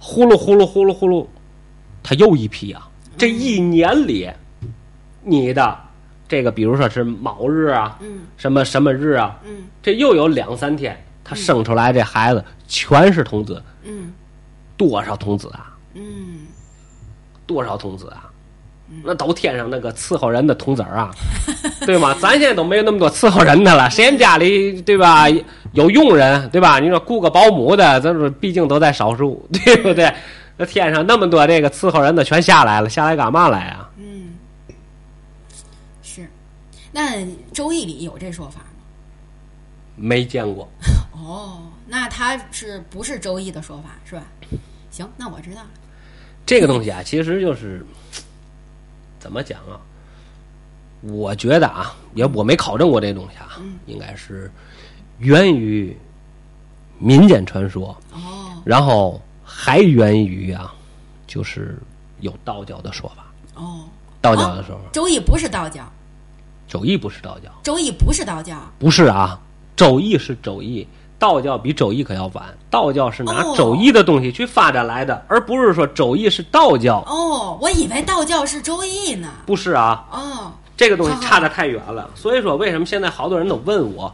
呼噜呼噜呼噜呼噜，他又一批啊！嗯这一年里，你的这个比如说是卯日啊，嗯什么什么日啊，嗯这又有两三天，他生出来这孩子全是童子，嗯多少童子啊？嗯，多少童子啊？那都天上那个伺候人的童子儿啊， (laughs) 对吗？咱现在都没有那么多伺候人的了，谁人家里对吧？有佣人对吧？你说雇个保姆的，咱说毕竟都在少数， (laughs) 对不对？那天上那么多这个伺候人的全下来了，下来干嘛来啊？是。那《周易》里有这说法吗？没见过，哦，那它是不是《周易》的说法是吧？行，那我知道了。这个东西啊，其实就是怎么讲啊？我觉得啊，也我没考证过这东西啊，嗯应该是源于民间传说，哦然后还源于啊，就是有道教的说法。哦，道教的说法， 《周易》不是道教，周易不是道教， 《周易》不是道教。不是啊，周易是周易。道教比周易可要晚，道教是拿哦周易的东西去发展来的，而不是说周易是道教，哦，我以为道教是《周易》呢。不是啊。哦，这个东西差得太远了。所以说，为什么现在好多人都问我，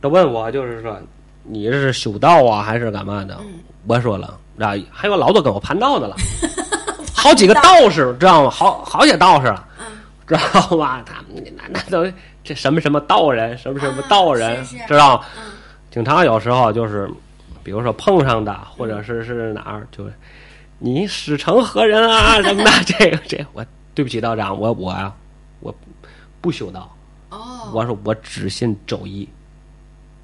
都问我，就是说你是修道啊，还是干嘛的？嗯我说了，啊，还有老多跟我盘道的 (laughs) 了，好几个道士，知道吗？好好些道士了，嗯知道吧？他们那那都这什么什么道人，什么什么道人， (laughs) 啊是是知道吗？嗯经常有时候就是，比如说碰上的，或者是是哪儿，就是你师承何人啊什么的，这个这个我对不起道长，我我啊我不修道，哦我说我只信周易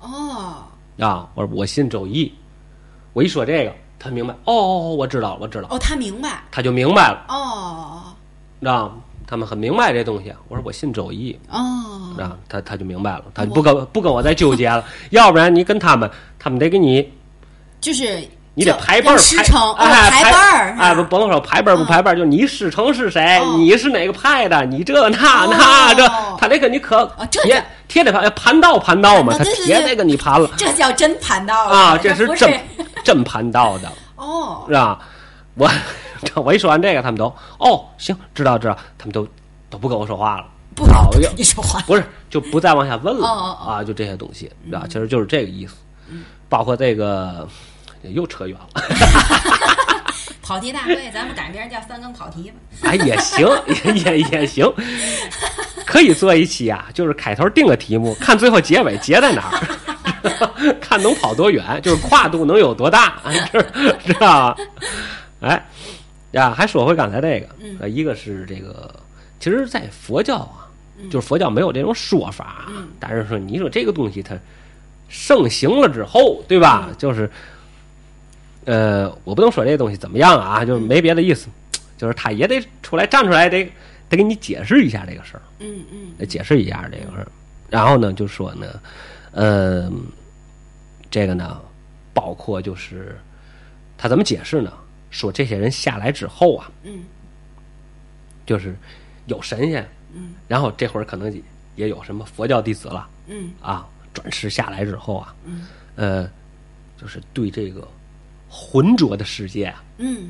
哦，啊，我说我信周易，我一说这个，他明白，哦哦哦，我知道了，我知道了，哦，他明白。他就明白了，哦知道吗？他们很明白这东西，啊我说我信周易，哦，啊，他他就明白了，他就不跟不跟我再纠结了，要不然你跟他们，他们得给你就是你得就排辈儿跟师承，哦排哎排辈儿，哎，不是吧甭说排辈儿不排辈儿，就你师承是谁哦，你是哪个派的，你这那哦那这，他得跟你可哦这贴贴得盘盘道盘道嘛，啊他对对铁对得跟你盘了这叫真盘道了啊，这这是不真真盘道的，哦是吧？我我一说完这个，他们都哦行，知道知道，他们都都不跟我说话了，不啊不我就跟你说话不是就不再往下问了哦哦嗯啊，就这些东西，知道，其实就是这个意思，包括这个又扯远了。跑题大会，咱们改名叫三更跑题吧。 (laughs) 哎，也行，也也也行，可以做一期啊，就是开头定个题目，看最后结尾结在哪儿， (laughs) 看能跑多远，就是跨度能有多大， (laughs) 知知道吧？哎，呀，还说回刚才这个，呃一个是这个，其实，在佛教啊，就是佛教没有这种说法啊，但是说你说这个东西它盛行了之后，对吧？就是。呃，我不能说这东西怎么样啊，就是没别的意思，就是他也得出来站出来，得得给你解释一下这个事儿，嗯嗯得解释一下这个事儿。然后呢，就说呢，呃，这个呢，包括就是他怎么解释呢？说这些人下来之后啊，嗯就是有神仙，嗯，然后这会儿可能也有什么佛教弟子了嗯啊，转世下来之后啊，嗯呃，就是对这个浑浊的世界啊，嗯，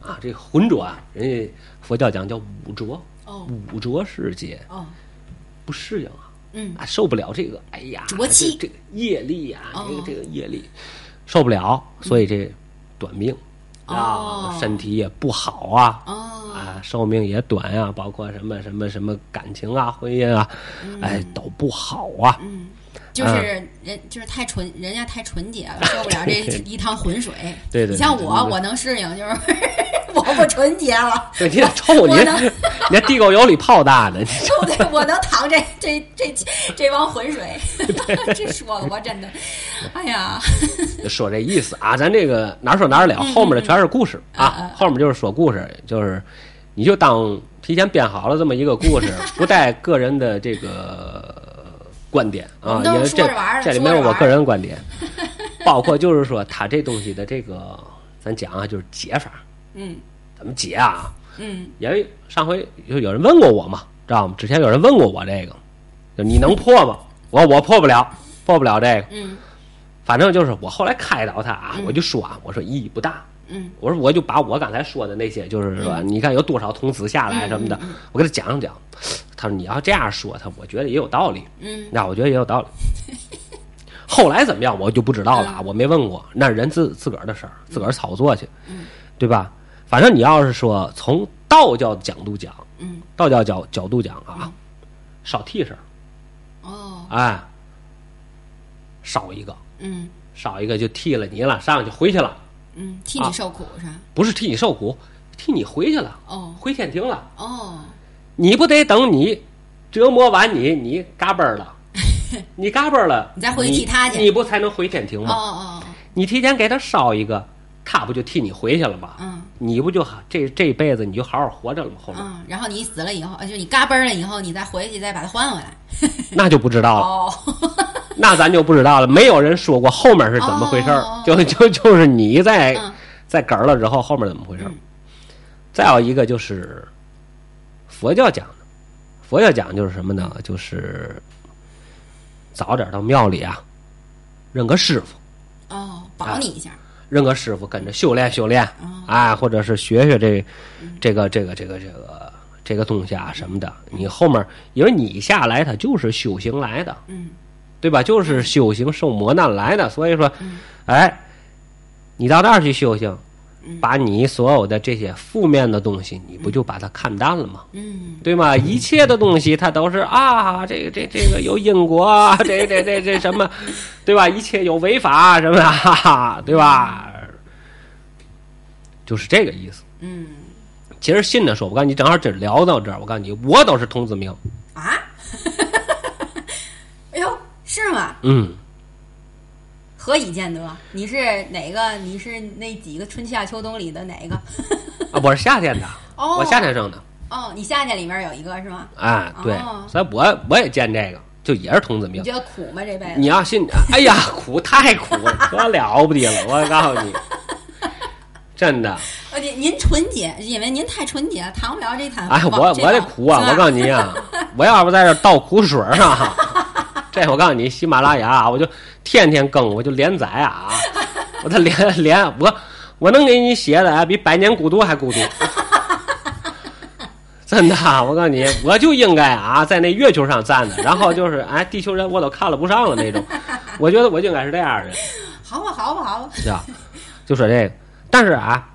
啊，这浑浊啊，人家佛教讲叫五浊，哦五浊世界哦不适应啊，嗯啊，受不了这个，哎呀，浊气这这个业力啊，哦嗯这个这个业力受不了，所以这短命哦啊，身体也不好啊。哦啊，寿命也短啊，包括什么什么什么感情啊、婚姻啊，嗯哎，都不好啊。就是人就是太纯，人家太纯洁了，受不了这一趟浑水。对对对你像对我，对我能适应，就是我不纯洁了。对，你得臭我你能，你还地沟油里泡大呢，你这对不对？我能淌这这这这汪浑水，这说了我真的，哎呀， (laughs) 说这意思啊，咱这个哪儿说哪儿了，嗯后面的全是故事啊，后面就是说故事，就是你就当提前编好了这么一个故 (laughs) 事，不带个人的这个观 (laughs) 点我啊们，都因是为说这着玩儿的这里说面着有我玩儿个人观点， (laughs) 包括就是说他这东西的这个，咱讲啊，就是解法，嗯怎么解啊？嗯因为上回有有人问过我嘛，知道吗？之前有人问过我这个，就你能破吗？我我破不了，破不了这个。嗯反正就是我后来开导他啊，我就说啊，我说意义不大。嗯，我说我就把我刚才说的那些，就是说你看有多少童子下来什么的，嗯我给他讲讲。他说你要这样说他，我觉得也有道理。嗯，那我觉得也有道理。 (laughs) 后来怎么样我就不知道了嗯啊，我没问过，那是人自自个儿的事儿，自个儿操作去，嗯对吧？反正你要是说从道教角度讲，嗯，道教角角度讲啊，少替身儿，哦，哎，少一个，嗯少一个就替了你了，上去回去了，嗯，替你受苦是吧？不是替你受苦，替你回去了，哦回天庭了，哦，你不得等你折磨完你，你嘎嘣儿了，你嘎嘣儿了， (laughs) 你再回去替他去你，你不才能回天庭哦吗？哦哦，你提前给他烧一个，他不就替你回去了吗？嗯你不就好这这辈子你就好好活着了吗？后面、嗯，然后你死了以后，呃就你嘎嘣儿了以后，你再回去再把它换回来。那就不知道了，哦，那咱就不知道了。没有人说过后面是怎么回事儿、哦就就就是你在、嗯在嗝儿了之后后面怎么回事儿、嗯再有一个就是佛教讲的，佛教讲就是什么呢？就是早点到庙里啊，认个师傅，哦，保你一下。认个师傅跟着修炼修炼，哦哎，或者是学学这嗯这个这个这个这个这个东西啊什么的。你后面因为你下来，他就是修行来的，嗯对吧？就是修行受磨难来的，所以说，嗯哎，你到那儿去修行，嗯把你所有的这些负面的东西，你不就把它看淡了吗？嗯对吗？一切的东西它都是啊，这个这这个有因果 (laughs) 啊，这这这这什么，对吧？一切有违法啊什么的，哈哈，对吧？就是这个意思。嗯其实信的说，我告诉你，正好这聊到这儿，我告诉你，我都是童子命。啊， (laughs) 哎呦，是吗？嗯，何以见得？你是哪个？你是那几个春夏秋冬里的哪一个？啊，我是夏天的，哦我夏天生的，哦，你夏天里面有一个是吗？哎，对，哦所以我我也见这个，就也是童子你命。觉得苦吗？这辈子你要信， (laughs) 哎呀，苦太苦了，可了不得了，我告诉你，真的。呃，您您纯洁，因为您太纯洁，扛不了这摊。哎，我我得苦啊！我告诉你，你啊，我要不在这儿倒苦水儿啊， (laughs) 这我告诉你，喜马拉雅啊，我就天天更，我就连载啊，我这连连我我能给你写的啊，比《百年孤独》还孤独。真的啊，我告诉你，我就应该啊，在那月球上站着，然后就是哎，地球人我都看了不上了那种，我觉得我就应该是这样的人。好吧，好吧，好吧。是吧？啊就说这个，但是啊，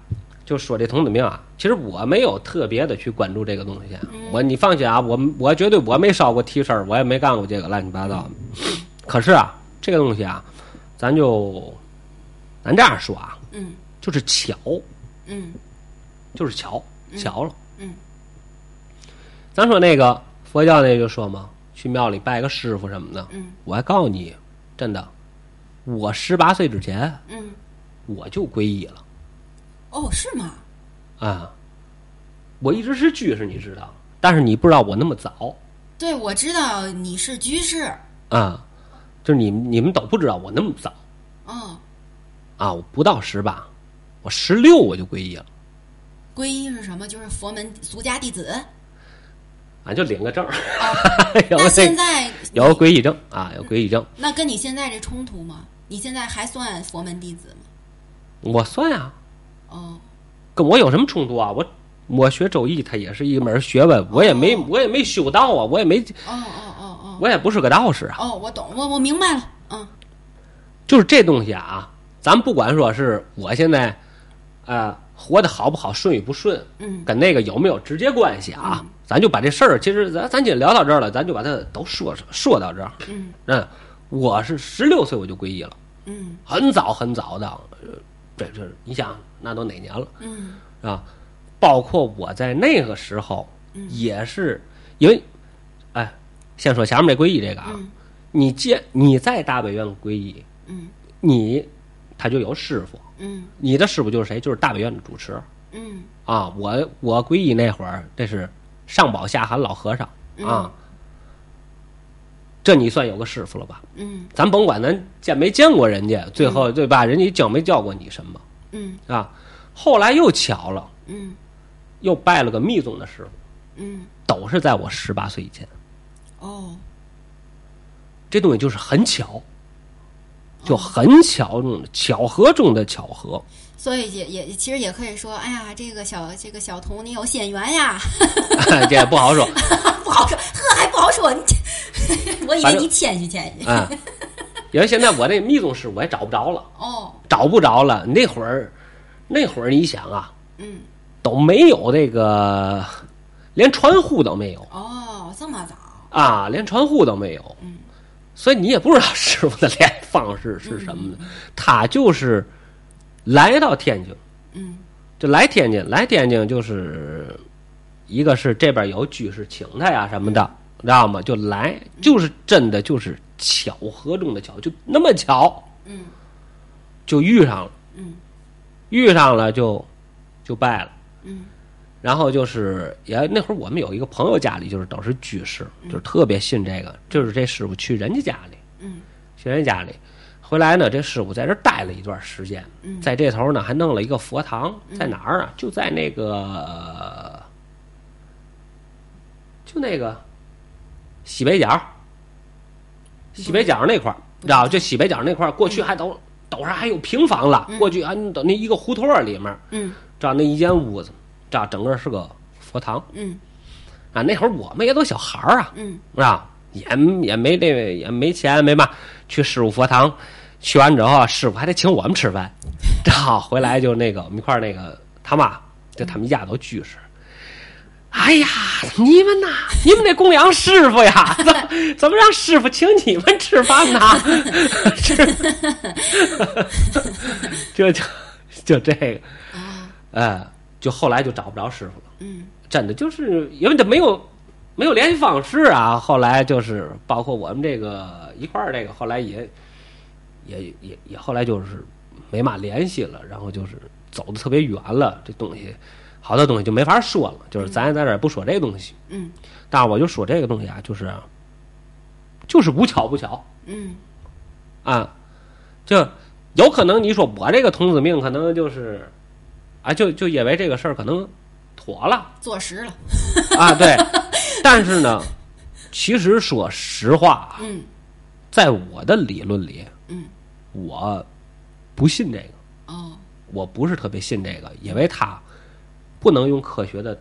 就说这童子命啊，其实我没有特别的去关注这个东西啊。嗯我你放心啊，我我绝对我没烧过替身儿，我也没干过这个乱七八糟的。可是啊，这个东西啊，咱就咱这样说啊，嗯就是巧，嗯就是巧，巧了。嗯咱说那个佛教那就说嘛，去庙里拜个师傅什么的。嗯我还告诉你，真的，我十八岁之前嗯，我就皈依了。哦，是吗？啊，我一直是居士，你知道，但是你不知道我那么早对，我知道你是居士。啊，就是你们你们都不知道我那么早哦，啊，我不到十八，我十六我就皈依了，皈依是什么？就是佛门俗家弟 (laughs) 子。哦俺啊就领个证儿， (laughs) 有那个现这在有个皈依证啊，有皈依证，那跟你现在这冲突吗？你现在还算佛门弟子吗？我算呀、啊，哦，跟我有什么冲突啊？我我学周易，它也是一门学问，我也没我也没修道啊，我也没哦哦哦我也不是个道士啊哦，，哦，我懂，我我明白了，嗯就是这东西啊，咱不管说是我现在，呃，活得好不好，顺与不顺，嗯跟那个有没有直接关系啊？咱就把这事儿，其实咱咱今聊到这儿了，咱就把它都说说到这儿。嗯嗯，我是十六岁我就皈依了，嗯很早很早的，呃这这你想那都哪年了嗯啊？包括我在那个时候，嗯也是因为，哎，先说前面这归一这个啊，嗯你见你在大北院归一，嗯你他就有师傅，嗯你的师傅就是谁？就是大北院的主持嗯啊。我我归一那会儿，这是上宝下寒老和尚啊，这你算有个师傅了吧？嗯咱甭管咱见没见过人家，最后对吧？人家教没教过你什么嗯啊？后来又巧了，嗯又拜了个密宗的师傅，嗯，都是在我十八岁以前。哦，这东西就是很巧，就很巧中的巧合中的巧合。 (laughs) 所以也也其实也可以说，哎呀，这个小这个小童你有仙缘呀， (laughs) 这也不好说，不好说，呵，还不好说，你 (laughs) 这我以反为正你谦虚谦虚，嗯，因为现在我那密宗师我也找不着了，哦，找不着了。那会儿，那会儿你想啊，嗯，都没有这个，连传呼都没有哦，这么早，啊，连传呼都没有，所以你也不知道师傅的 (laughs) 联系方式是什么的。他就是来到天津，嗯就来天津，来天津就是一个是这边有居士请他呀什么的，知道吗？就来，嗯就是真的就是巧合中的巧，就那么巧，嗯就遇上了，嗯遇上了就就拜了。嗯然后就是也那会儿我们有一个朋友家里就是都是居士，就是特别信这个，就是这师傅去人家家里，嗯去人家家里。回来呢，这师傅在这儿待了一段时间，嗯在这头呢还弄了一个佛堂，在哪儿啊？就在那个，就那个西北角，嗯西北角那块儿，知道吧就西北角那块儿，过去还都都上还有平房了，过去还等那一个胡同儿里面儿，嗯知道那一间屋子，知道整个是个佛堂嗯啊。那会儿我们也都小孩儿啊，嗯啊，也也没这也没钱没嘛，去师傅佛堂，去完之后啊，师傅还得请我们吃饭， (laughs) 正好回来就那个我们一块儿那个他妈，就他们一家都聚是。哎呀，你们呐，你们那供养师傅呀，怎么怎么让师傅请你们吃饭呢？ (laughs) 这就就这个，啊呃，就后来就找不着师傅了。嗯真的就是因为他没有没有联系方式啊。后来就是包括我们这个一块儿这个，后来也也也也后来就是没嘛联系了，然后就是走的特别远了，这东西好多东西就没法说了。就是咱在这儿不说这东西，嗯但是我就说这个东西啊，就是啊就是无巧不巧嗯啊，就有可能你说我这个童子命可能就是啊，就就因为这个事儿可能妥了。坐实了，啊，对。但是呢，其实说实话，啊嗯在我的理论里，嗯我不信这个，哦我不是特别信这个，因为它不能用科学的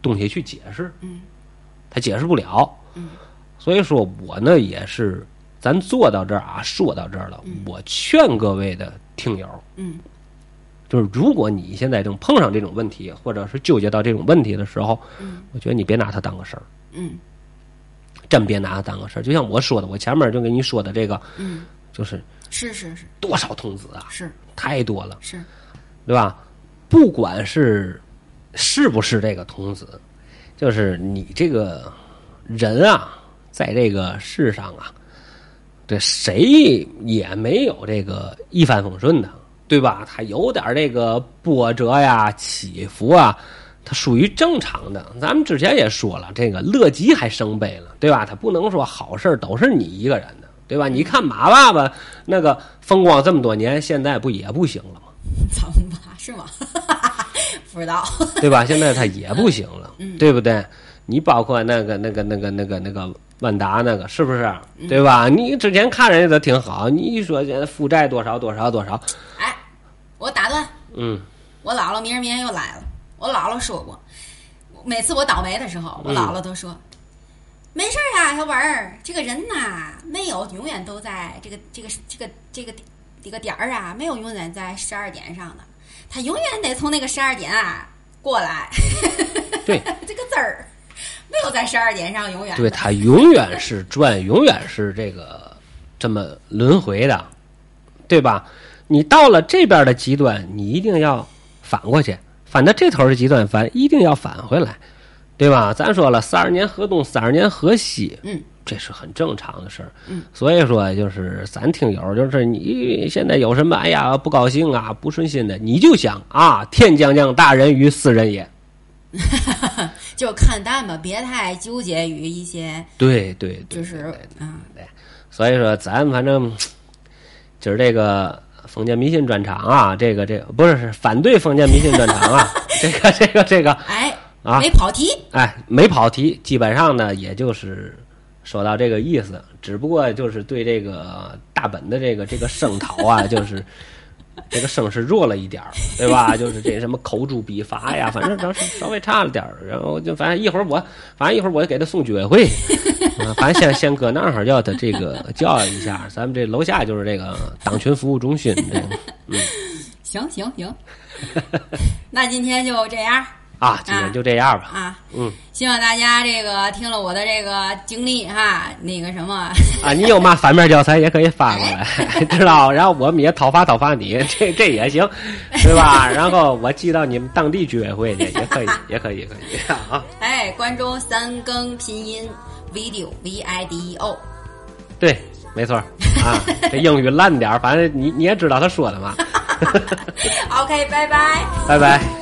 东西去解释，嗯它解释不了。嗯所以说我呢也是，咱做到这儿啊，说到这儿了，我劝各位的听友，嗯就是如果你现在正碰上这种问题，或者是纠结到这种问题的时候，嗯我觉得你别拿它当个事儿。嗯真别拿它当个事儿。就像我说的，我前面就跟你说的这个，嗯，就是是是是多少童子啊，是太多了，是， (laughs) 对吧？不管是是不是这个童子，就是你这个人啊，在这个世上啊，这谁也没有这个一帆风顺的，对吧？他有点这个波折呀、起伏啊，它属于正常的。咱们之前也说了，这个乐极还生悲了，对吧？他不能说好事儿都是你一个人的，对吧？你看马爸爸那个风光这么多年，现在不也不行了吗？怎么吧？是吗？ (laughs) 不知道，对吧？现在他也不行了，对不对？你包括那个、那个、那个、那个、那个万达那个，是不是？对吧？你之前看人家都挺好，你一说现在负债多少多少多少，哎，我打断。嗯，我姥姥明儿明儿又来了，我姥姥说过，每次我倒霉的时候，我姥姥都说。没事儿啊，小文儿，这个人呐，没有永远都在这个这个这个这个这个点儿啊，没有永远在十二点上的，他永远得从那个十二点啊过来。 (laughs) 对这个字儿没有在十二点上，永远对，他永远是转，永远是这个这么轮回的，对吧？你到了这边的极端，你一定要反过去，反到这头的极端，反一定要返回来。对吧？咱说了，三十年河东，三十年河西，嗯，这是很正常的事儿。嗯，所以说就是咱听友，就是你现在有什么哎呀不高兴啊、不顺心的，你就想啊，天将降大任于斯人也。就看淡吧，别太纠结于一些对对对，就是啊，所以说咱反正就是这个封建迷信专场啊，这个这个不是是反对封建迷信专场啊，这个这个这个，哎，啊没跑题，哎，没跑题，基本上呢也就是说到这个意思，只不过就是对这个大本的这个这个声讨啊， (laughs) 就是。这个声势弱了一点儿，对吧？ (laughs) 就是这什么口诛笔伐呀，反正稍稍微差了点儿。然后就反正一会儿我，反正一会儿我给他送居委 (laughs) 会，啊，反正先先搁那儿要他这个教育一下。咱们这楼下就是这个党群服务中心，这个行行 (laughs) 行，那今天就这样啊，今天就这样吧。啊，嗯，希望大家这个听了我的这个经历哈，那个什么， (laughs) 啊，你有嘛反面教材也可以发过来， (laughs) 知道？然后我们也讨伐讨伐你，这这也行，对吧？然后我寄到你们当地居委会去，也可以，也可以，也可以啊。哎，关注三更拼音 video v i d e o，对，没错儿啊，这英语烂点儿，反正你你也知道他说的嘛。 OK，拜拜。拜拜。